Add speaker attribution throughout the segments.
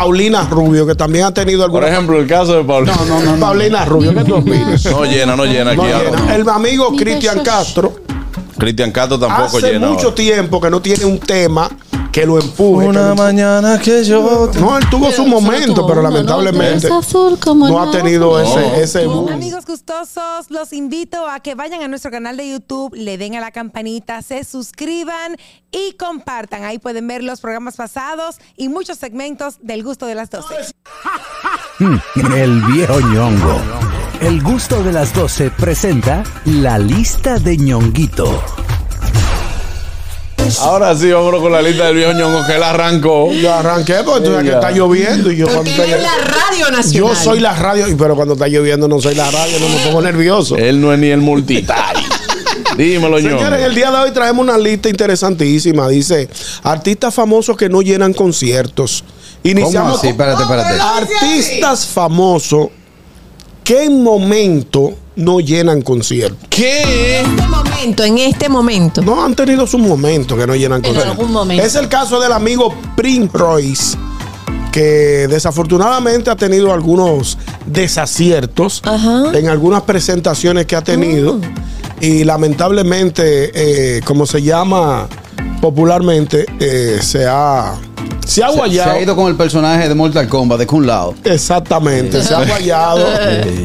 Speaker 1: Paulina Rubio, que también ha tenido
Speaker 2: Por
Speaker 1: alguna.
Speaker 2: ejemplo, el caso de Pablo.
Speaker 1: No, no, no. Paulina Rubio, ¿qué tú opinas?
Speaker 2: No llena, no llena aquí.
Speaker 1: No
Speaker 2: ahora.
Speaker 1: llena. El amigo
Speaker 3: Mira,
Speaker 1: Cristian
Speaker 3: eso es-
Speaker 1: Castro
Speaker 2: Cristian Cato tampoco
Speaker 1: hace
Speaker 2: llena.
Speaker 1: mucho
Speaker 2: ahora.
Speaker 1: tiempo que no tiene un tema que lo empuje. que lo-
Speaker 2: Una mañana que yo. te-
Speaker 1: No, él tuvo su momento, pero lamentablemente no ha tenido ese, ese boom.
Speaker 4: Amigos gustosos, los invito a que vayan a nuestro canal de YouTube, le den a la campanita, se suscriban y compartan. Ahí pueden ver los programas pasados y muchos segmentos del gusto de las 12.
Speaker 5: El viejo ñongo. El gusto de las 12 presenta la lista de ñonguito.
Speaker 2: Ahora sí, vámonos con la lista del viejo ñongo que él arrancó.
Speaker 1: Yo arranqué porque tú sabes que está lloviendo y yo cuando
Speaker 3: Porque
Speaker 1: está
Speaker 3: él es
Speaker 1: lloviendo-
Speaker 3: la radio
Speaker 1: Yo
Speaker 3: nacional.
Speaker 1: soy la radio, y- pero cuando está lloviendo no soy la radio, no me pongo nervioso.
Speaker 2: Él no es ni el multitask. Dímelo,
Speaker 1: Señores,
Speaker 2: ñongo.
Speaker 1: el día de hoy traemos una lista interesantísima. Dice, artistas famosos que no llenan conciertos.
Speaker 6: ¿Cómo
Speaker 1: Iniciamos
Speaker 6: así?
Speaker 1: con
Speaker 6: Espérate, espérate.
Speaker 1: artistas famosos que en momento no llenan conciertos.
Speaker 2: ¿Qué?
Speaker 3: En este momento, en este momento.
Speaker 1: No han tenido sus momentos que no llenan
Speaker 3: En
Speaker 1: conciertos.
Speaker 3: algún momento.
Speaker 1: Es el caso del amigo Prince Royce, que desafortunadamente ha tenido algunos desaciertos
Speaker 3: Ajá. Oh.
Speaker 1: en algunas presentaciones que ha tenido. Y lamentablemente, eh, como se llama popularmente, eh, se ha, se ha
Speaker 6: Se, se
Speaker 1: guayado.
Speaker 6: ha ido con el personaje de Mortal Kombat, de Kun Lao.
Speaker 1: Exactamente, se ha guayado.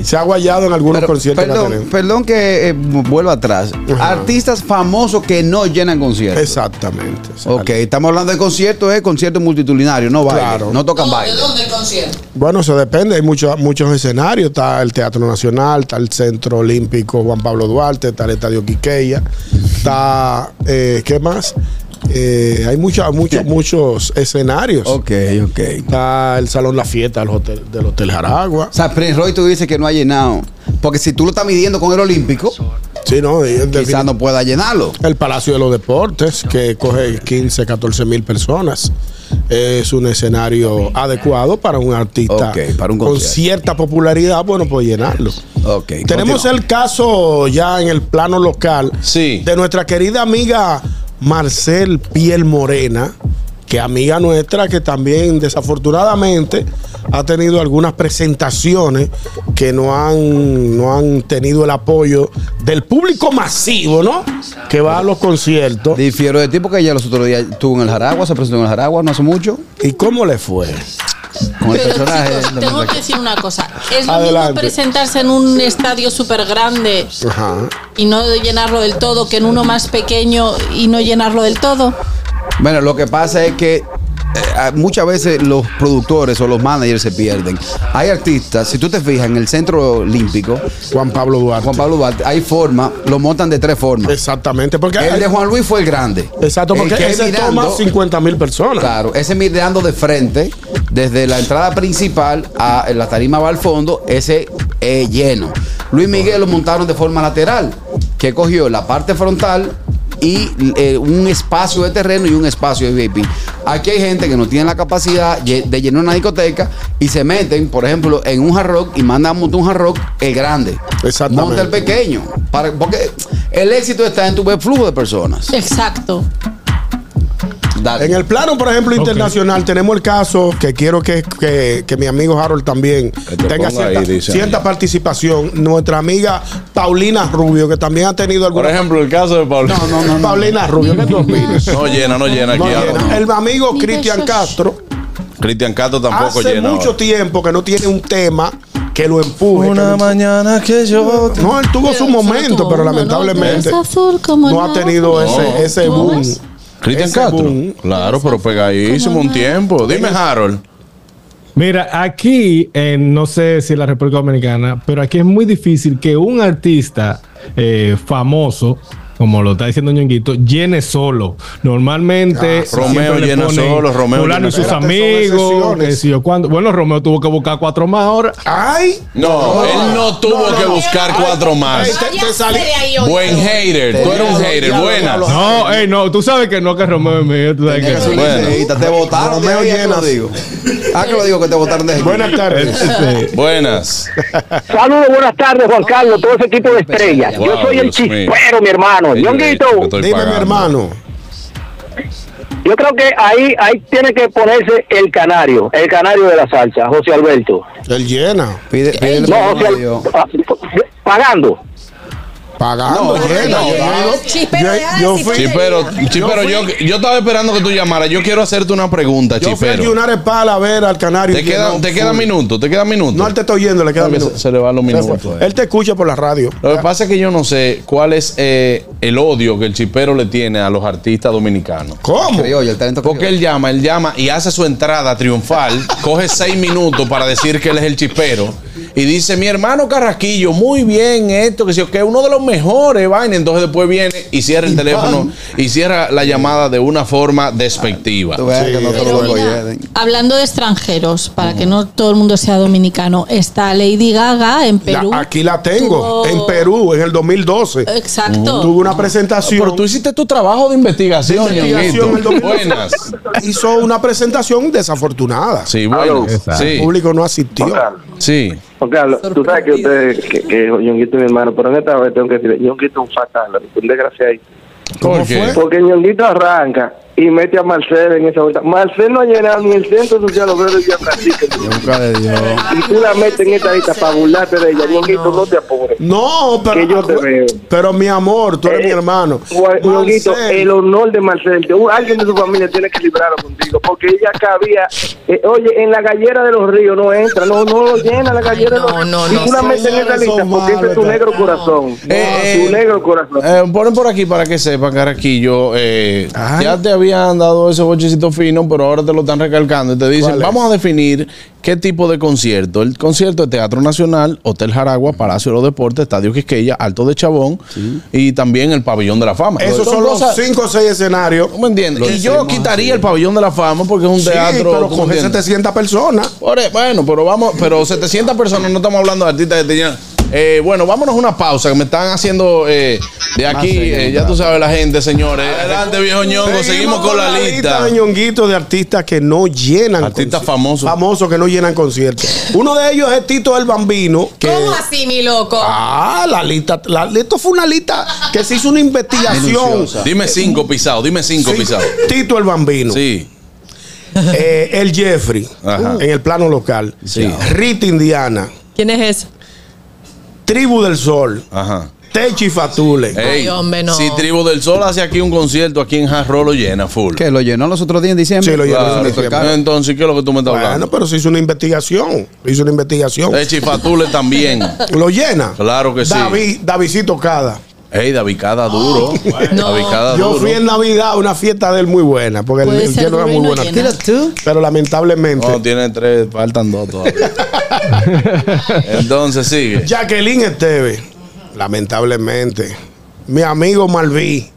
Speaker 1: se ha guayado en algunos
Speaker 6: Pero,
Speaker 1: conciertos que ha
Speaker 6: perdón,
Speaker 1: tenido.
Speaker 6: perdón que eh, vuelva atrás.
Speaker 1: Ajá.
Speaker 6: Artistas famosos que no llenan conciertos.
Speaker 1: Exactamente.
Speaker 6: Ok, estamos hablando de conciertos, es concierto multitudinario, no baile.
Speaker 1: Claro.
Speaker 6: No tocan baile.
Speaker 3: el concierto?
Speaker 1: Bueno, eso depende. Hay muchos muchos escenarios. Está el Teatro Nacional, está el Centro Olímpico Juan Pablo Duarte, está el Estadio Quiqueya, está. eh, ¿Qué más? Eh, hay muchos, muchos, muchos escenarios.
Speaker 6: Ok, ok.
Speaker 1: Está el Salón La Fiesta del Hotel, del hotel Jaragua.
Speaker 6: O sea, Prince Roy tú dices que no ha llenado. Porque si tú lo estás midiendo con el Olímpico,
Speaker 1: Sí, no, y en
Speaker 6: quizás no pueda llenarlo.
Speaker 1: El Palacio de los Deportes, que coge 15, 14 mil personas, es un escenario adecuado para un artista
Speaker 6: Ok, para un
Speaker 1: con
Speaker 6: concierto.
Speaker 1: cierta popularidad, bueno, puede llenarlo.
Speaker 6: Ok,
Speaker 1: Tenemos
Speaker 6: continúa.
Speaker 1: el caso ya en el plano local
Speaker 2: Sí.
Speaker 1: de nuestra querida amiga Marcel Piel Morena, que amiga nuestra que también desafortunadamente ha tenido algunas presentaciones que no han, no han tenido el apoyo del público masivo, ¿no? Que va a los conciertos.
Speaker 6: Difiero de ti porque ella los otros días estuvo en el Jaragua, se presentó en el Jaragua no hace mucho.
Speaker 1: ¿Y cómo le fue?
Speaker 6: Con el
Speaker 3: Pero,
Speaker 6: personaje.
Speaker 3: chicos,
Speaker 6: de
Speaker 3: tengo
Speaker 6: Mortal
Speaker 3: que decir una cosa. Es lo mismo
Speaker 1: Adelante.
Speaker 3: presentarse en un estadio súper grande
Speaker 1: Ajá.
Speaker 3: y no llenarlo del todo que en uno más pequeño y no llenarlo del todo.
Speaker 6: Bueno, lo que pasa es que eh, ah, muchas veces los productores o los managers se pierden. Hay artistas, si tú te fijas en el Centro Olímpico,
Speaker 1: Juan Pablo Duarte.
Speaker 6: Juan Pablo Duarte, hay forma, lo montan de tres formas.
Speaker 1: Exactamente, porque
Speaker 6: El de Juan Luis fue el grande.
Speaker 1: Exacto,
Speaker 6: El
Speaker 1: porque
Speaker 6: que
Speaker 1: ese
Speaker 6: mirando-
Speaker 1: toma 50 mil personas.
Speaker 6: Claro, ese mirando de frente, desde la entrada principal a la tarima va al fondo, ese es lleno. Luis Miguel lo montaron de forma lateral, que cogió la parte frontal y eh, un espacio de terreno y un espacio de VIP. Aquí hay gente que no tiene la capacidad lle- de llenar una discoteca y se meten, por ejemplo, en un hard rock y mandan a montar un hard rock el grande.
Speaker 1: Exactamente.
Speaker 6: Monta el pequeño. para- porque el éxito está en tu flujo de personas.
Speaker 3: Exacto.
Speaker 6: Dale.
Speaker 1: En el plano, por ejemplo, internacional, tenemos el caso que quiero que, que- que mi amigo Harold también
Speaker 2: Que te
Speaker 1: tenga
Speaker 2: ponga
Speaker 1: cierta,
Speaker 2: ahí, dice
Speaker 1: cierta
Speaker 2: allá.
Speaker 1: participación. Nuestra amiga Paulina Rubio, que también ha tenido
Speaker 2: Por
Speaker 1: alguna.
Speaker 2: ejemplo, el caso de Pablo. No,
Speaker 1: Paulina Rubio, ¿qué tú opinas?
Speaker 2: llena, no llena aquí.
Speaker 1: No
Speaker 2: ahora.
Speaker 1: llena. El amigo
Speaker 3: Mira,
Speaker 1: Cristian
Speaker 3: eso es-
Speaker 1: Castro
Speaker 2: Cristian Cato tampoco
Speaker 1: hace
Speaker 2: llena.
Speaker 1: mucho
Speaker 2: ahora.
Speaker 1: tiempo que no tiene un tema que lo empuje. que lo-
Speaker 2: mañana que yo.
Speaker 1: no, él tuvo
Speaker 3: Pero
Speaker 1: su
Speaker 3: solo
Speaker 1: Pues momento,
Speaker 3: tuvo
Speaker 1: pero
Speaker 3: uno, ¿no?
Speaker 1: lamentablemente
Speaker 3: Es azul como
Speaker 1: no ha
Speaker 3: nada.
Speaker 1: tenido
Speaker 2: No.
Speaker 1: ese, ese
Speaker 3: ¿Cómo
Speaker 1: boom.
Speaker 3: es?
Speaker 2: Cristian
Speaker 1: Ese
Speaker 2: Castro.
Speaker 1: boom.
Speaker 2: Claro, pero pegadísimo un tiempo. Dime, Harold.
Speaker 7: Mira, aquí, eh, no sé si en la República Dominicana, pero aquí es muy difícil que un artista eh, famoso, como lo está diciendo Ñonguito, llene solo. Normalmente.
Speaker 1: Ah,
Speaker 7: siempre
Speaker 2: Romeo
Speaker 7: le
Speaker 2: llena
Speaker 7: ponen
Speaker 2: solo, Romeo
Speaker 7: fulano
Speaker 2: llena
Speaker 7: y sus
Speaker 1: solo.
Speaker 7: amigos.
Speaker 1: Espérate,
Speaker 7: qué sé yo cuándo. Bueno, Romeo tuvo que buscar cuatro más ahora.
Speaker 1: ¡Ay!
Speaker 2: No, él no tuvo
Speaker 1: no,
Speaker 2: que
Speaker 1: no.
Speaker 2: buscar
Speaker 1: Ay,
Speaker 2: cuatro
Speaker 1: Ey,
Speaker 2: más.
Speaker 1: te- te salí-
Speaker 2: Buen hater. Tú eres un hater.
Speaker 1: diablo,
Speaker 2: Buenas.
Speaker 1: diablo.
Speaker 7: No, ey, no, tú sabes que no, que Romeo es mío. Tú sabes que
Speaker 6: Eso,
Speaker 2: Bueno.
Speaker 6: liceísta, te votaron de
Speaker 1: Romeo
Speaker 6: ahí, ¿a qué lo
Speaker 1: Llenas.
Speaker 6: digo. Ah, que lo digo que te votaron de ahí.
Speaker 1: Buenas tardes.
Speaker 2: Buenas. Pues,
Speaker 8: Saludos, buenas tardes, Juan Carlos, todo ese tipo de estrellas.
Speaker 2: Wow,
Speaker 8: Yo soy el
Speaker 2: Dios mío.
Speaker 8: chispero, mi hermano.
Speaker 2: Ey, yo-
Speaker 8: Ñonguito,
Speaker 2: yo estoy
Speaker 1: Dime, mi
Speaker 2: pagando.
Speaker 1: hermano.
Speaker 8: Yo creo que ahí, ahí tiene que ponerse el canario, el canario de la salsa, José Alberto.
Speaker 1: Él llena.
Speaker 6: Pide, pídele
Speaker 8: No,
Speaker 6: perdón
Speaker 8: José
Speaker 6: a
Speaker 8: Al-
Speaker 6: Dios.
Speaker 8: pa- pagando.
Speaker 1: Pagando,
Speaker 2: No,
Speaker 1: llena.
Speaker 2: no,
Speaker 1: pagando.
Speaker 4: Sí, pero
Speaker 1: Yo-
Speaker 4: deja de
Speaker 1: yo
Speaker 4: decir
Speaker 1: fui-
Speaker 2: Sí, pero, sí, pero yo, yo estaba esperando que tú llamaras. Yo quiero hacerte una pregunta,
Speaker 1: Yo fui a
Speaker 2: Chipero.
Speaker 1: ayunar espalda a ver al canario.
Speaker 2: Te
Speaker 1: llenado
Speaker 2: queda, te queda
Speaker 1: full.
Speaker 2: minuto, te queda minuto.
Speaker 1: No, él te está oyendo, le queda
Speaker 2: No, que
Speaker 1: minuto.
Speaker 2: se, se le van los minutos.
Speaker 1: Él te escucha por la radio.
Speaker 2: Lo que pasa es que yo no sé cuál es eh, el odio que el chipero le tiene a los artistas dominicanos.
Speaker 1: ¿Cómo?
Speaker 6: Criollo, el talento
Speaker 2: Porque
Speaker 6: criollo.
Speaker 2: él llama, él llama y hace su entrada triunfal, coge seis minutos para decir que él es el chipero y dice, mi hermano Carrasquillo, muy bien esto, que si que es uno de los mejores, vaina. Entonces después viene y cierra el teléfono y cierra la llamada de una forma despectiva.
Speaker 6: Tú veas que no todo
Speaker 3: Pero
Speaker 6: lo eh,
Speaker 3: mira,
Speaker 6: coyeden.
Speaker 3: hablando de extranjeros, para que no todo el mundo sea dominicano, está Lady Gaga en
Speaker 1: La-
Speaker 3: Perú.
Speaker 1: aquí la tengo,
Speaker 3: Tuvo-
Speaker 1: en Perú, en el 2012.
Speaker 3: Exacto.
Speaker 1: Tuve una presentación.
Speaker 2: Ah, Pero tú hiciste tu trabajo de investigación,
Speaker 1: De investigación,
Speaker 2: ñonguito.
Speaker 1: el domingo.
Speaker 2: Buenas.
Speaker 1: hizo una presentación desafortunada.
Speaker 2: Sí, buenas.
Speaker 7: Aló.
Speaker 1: El
Speaker 2: Sí,
Speaker 1: público no asistió.
Speaker 2: sí.
Speaker 8: Juan Carlos, tú sabes que usted, que, que Ñonguito es mi hermano, pero en esta vez tengo que decir, Ñonguito es un fatal, un desgraciadito.
Speaker 1: ¿Cómo
Speaker 2: ¿Por qué?
Speaker 1: fue?
Speaker 8: Porque Ñonguito arranca y mete a Marcel en esa vuelta. Marcel no ha llenado ni el centro social obrero de San Francisco.
Speaker 6: Nunca de Dios.
Speaker 8: Y tú la metes en esta lista para burlarte de ella. Ñonguito, no te apures.
Speaker 1: No, pero,
Speaker 8: Que yo te veo.
Speaker 1: pero mi amor, tú eres
Speaker 8: Eh,
Speaker 1: mi hermano.
Speaker 8: Juan- Ñonguito,
Speaker 1: Marcel,
Speaker 8: el honor de Marcel, que, uh, alguien de su familia tiene que librarlo contigo, porque ella cabía, eh, oye, en la gallera de los ríos no entra, no, no lo llena la gallera de los
Speaker 9: no,
Speaker 8: Y
Speaker 9: no,
Speaker 8: tú la
Speaker 1: no,
Speaker 8: metes en esta
Speaker 1: señores,
Speaker 8: lista
Speaker 1: son
Speaker 8: porque ese es tu
Speaker 1: malos,
Speaker 8: negro corazón.
Speaker 2: Eh, eh,
Speaker 8: Tu negro corazón.
Speaker 2: Eh, ponen por aquí para que sepan, Carraquillo. eh,
Speaker 1: Ay.
Speaker 2: ya te habían dado ese bochecito fino, pero ahora te lo están recalcando y te dicen:
Speaker 1: ¿Cuál es?
Speaker 2: Vamos a definir qué tipo de concierto. El concierto de Teatro Nacional, Hotel Jaragua, Palacio de los Deportes, Estadio Quisqueya, Alto de Chabón y también el Pabellón de la Fama.
Speaker 1: Esos son los
Speaker 2: cosas-
Speaker 1: cinco o seis escenarios.
Speaker 2: ¿Tú me entiendes?
Speaker 6: Lo
Speaker 2: Y yo
Speaker 6: decimos
Speaker 2: quitaría el Pabellón de la Fama porque es un
Speaker 1: Sí,
Speaker 2: teatro.
Speaker 1: pero
Speaker 2: ¿tú me
Speaker 1: con
Speaker 2: entiendes?
Speaker 1: 700 personas.
Speaker 2: Por e- Bueno, pero vamos, pero 700 personas, no estamos hablando de artistas que tenían. Eh, bueno, vámonos a una pausa que me están haciendo eh, de aquí,
Speaker 6: señas,
Speaker 2: eh, ya tú sabes la gente, señores. Adelante, viejo ñongo, seguimos con la lista.
Speaker 1: de ñonguitos de artistas que no llenan.
Speaker 2: Artistas
Speaker 1: conci-
Speaker 2: famosos.
Speaker 1: Famosos que no llenan conciertos. Uno de ellos es Tito el Bambino. Que,
Speaker 9: ¿Cómo así, mi loco?
Speaker 1: Ah, la lista. la- esto fue una lista que se hizo una investigación.
Speaker 6: Minuciosa.
Speaker 2: Dime cinco pisados, dime cinco
Speaker 1: Sí,
Speaker 2: pisados.
Speaker 1: Tito el Bambino.
Speaker 2: Sí.
Speaker 1: Eh, el Jeffrey. uh,
Speaker 2: Ajá.
Speaker 1: En el plano local.
Speaker 2: Sí.
Speaker 1: Rita Indiana.
Speaker 9: ¿Quién es ese?
Speaker 1: Tribu del Sol.
Speaker 2: Ajá.
Speaker 1: Techi Fatule.
Speaker 2: Ey,
Speaker 9: Ay, hombre, no.
Speaker 2: Si Tribu del Sol hace aquí un concierto, aquí en Jarro lo llena full.
Speaker 6: ¿Qué? ¿Lo llenó los otros días en diciembre?
Speaker 1: Sí, lo llenó
Speaker 2: Claro.
Speaker 1: en diciembre.
Speaker 2: Entonces, ¿qué es lo que tú me estás
Speaker 1: Bueno, pues,
Speaker 2: hablando?
Speaker 1: pero se hizo una investigación. Se hizo una investigación.
Speaker 2: De Chifatule también.
Speaker 1: Lo llena.
Speaker 2: Eh, Claro que sí.
Speaker 1: David, Davidcito Cada.
Speaker 2: Ey, David Cada duro.
Speaker 9: No.
Speaker 2: David Cada
Speaker 1: Yo
Speaker 2: duro.
Speaker 1: fui en Navidad a una fiesta de él muy buena, porque el,
Speaker 3: Puede
Speaker 1: el
Speaker 3: ser
Speaker 1: lleno era
Speaker 3: duro y
Speaker 1: muy
Speaker 3: no
Speaker 1: bueno.
Speaker 3: llena. Dilo
Speaker 6: tú.
Speaker 1: Pero lamentablemente.
Speaker 2: No, tiene tres, faltan dos todavía. Entonces sigue.
Speaker 1: Jacqueline Esteves, lamentablemente. Mi amigo Malví.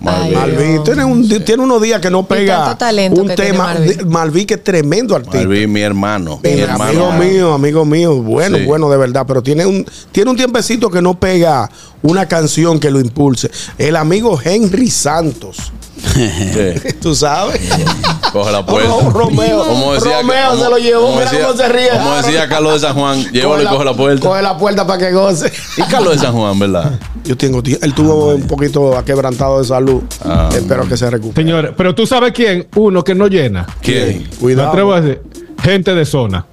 Speaker 2: Malvin.
Speaker 9: Ay,
Speaker 1: Malví tiene, un, tiene unos días que no pega
Speaker 9: tanto talento
Speaker 1: un
Speaker 9: que tiene
Speaker 1: tema.
Speaker 9: Malví.
Speaker 1: de- Malví que es tremendo artista.
Speaker 2: Malvin, mi hermano. Mi
Speaker 1: Ven,
Speaker 2: hermano.
Speaker 1: amigo mío, amigo mío, bueno,
Speaker 2: Sí.
Speaker 1: bueno de verdad, pero tiene un tiene un tiempecito que no pega una canción que lo impulse. El amigo Henry Santos,
Speaker 2: Sí.
Speaker 1: tú sabes.
Speaker 2: eh, Coge la puerta.
Speaker 1: Ro- Romeo.
Speaker 2: Como decía-
Speaker 1: Romeo
Speaker 2: como-
Speaker 1: se lo llevó,
Speaker 2: como
Speaker 1: mira
Speaker 2: decía-
Speaker 1: cómo se ríe.
Speaker 2: Como decía Carlos de San Juan, llévalo y coge la puerta.
Speaker 1: Coge la puerta para que goce.
Speaker 2: Y Carlos de San Juan, ¿verdad?
Speaker 1: Yo tengo tie- él tuvo
Speaker 2: Ah,
Speaker 1: un poquito aquebrantado de salud. Espero que se recupere.
Speaker 7: Señores, pero tú sabes quién, uno que no llena.
Speaker 2: ¿Quién?
Speaker 7: Me
Speaker 1: Cuidado.
Speaker 7: atrevo a decir, gente de zona.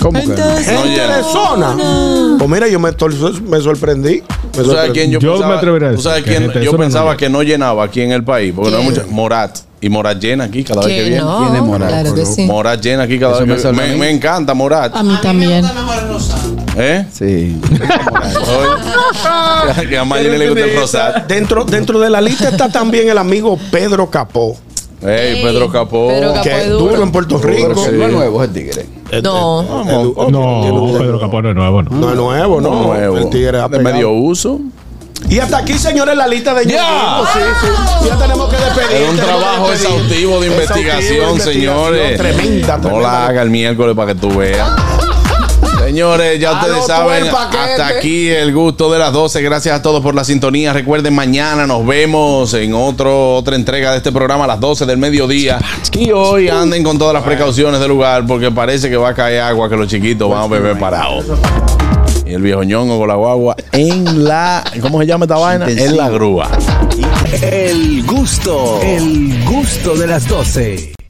Speaker 1: ¿Cómo que?
Speaker 2: No
Speaker 1: Gente de
Speaker 2: llena.
Speaker 1: zona. Pues mira, yo me, tor- me sorprendí. Me
Speaker 2: ¿Tú sabes
Speaker 1: sorprendí.
Speaker 2: quién yo,
Speaker 7: Yo me
Speaker 2: pensaba?
Speaker 7: atrevería a
Speaker 2: ¿Tú sabes
Speaker 7: decir que
Speaker 2: quién?
Speaker 7: gente de
Speaker 2: Yo
Speaker 7: zona no
Speaker 2: pensaba
Speaker 7: llena.
Speaker 2: que no llenaba aquí en el país. Porque no hay mucha. Morat. Y Morat llena aquí cada vez que
Speaker 9: Que
Speaker 2: viene.
Speaker 9: no,
Speaker 6: ¿Quién es Morat?
Speaker 9: Claro que sí. Ah.
Speaker 2: Morat llena aquí cada
Speaker 6: Eso me
Speaker 2: vez que
Speaker 6: salva a
Speaker 2: viene. Me,
Speaker 6: mí.
Speaker 2: me encanta Morat.
Speaker 3: A mí también.
Speaker 2: ¿Eh?
Speaker 6: Sí.
Speaker 2: Oye. Que a Mayeli le gusta el rosado.
Speaker 1: Dentro, dentro de la lista está también el amigo Pedro Capó,
Speaker 2: Ey, Pedro Capó.
Speaker 9: Pedro Capó.
Speaker 1: que
Speaker 9: es
Speaker 1: es duro
Speaker 9: duro.
Speaker 1: en Puerto
Speaker 6: Pero
Speaker 1: Rico.
Speaker 6: que no es nuevo es el tigre.
Speaker 9: No.
Speaker 1: Edu-
Speaker 7: No, Pedro Capó no es nuevo, no.
Speaker 1: No es nuevo, no.
Speaker 2: Nuevo.
Speaker 1: El tigre ha
Speaker 2: de
Speaker 1: pegado.
Speaker 2: medio uso.
Speaker 1: Y hasta aquí, señores, la lista de
Speaker 2: Ya.
Speaker 1: ñoquitos. Sí, sí. Ya tenemos que despedir.
Speaker 2: Es un
Speaker 1: tenemos
Speaker 2: trabajo
Speaker 1: que despedir.
Speaker 2: exhaustivo de investigación,
Speaker 1: Exhaustivo,
Speaker 2: señores.
Speaker 1: Tremenda,
Speaker 2: No la
Speaker 1: tremenda.
Speaker 2: haga el miércoles para que tú veas. Señores, ya
Speaker 1: Aló,
Speaker 2: ustedes
Speaker 1: tú
Speaker 2: saben,
Speaker 1: el paquete.
Speaker 2: hasta aquí el gusto de las 12. Gracias a todos por la sintonía. Recuerden, mañana nos vemos en otro, otra entrega de este programa a las 12 del mediodía. Y hoy anden con todas las precauciones del lugar porque parece que va a caer agua que los chiquitos van a beber parados. Y el viejo ñongo con la guagua en la, ¿cómo se llama esta vaina? En la grúa.
Speaker 5: El gusto, el gusto de las 12.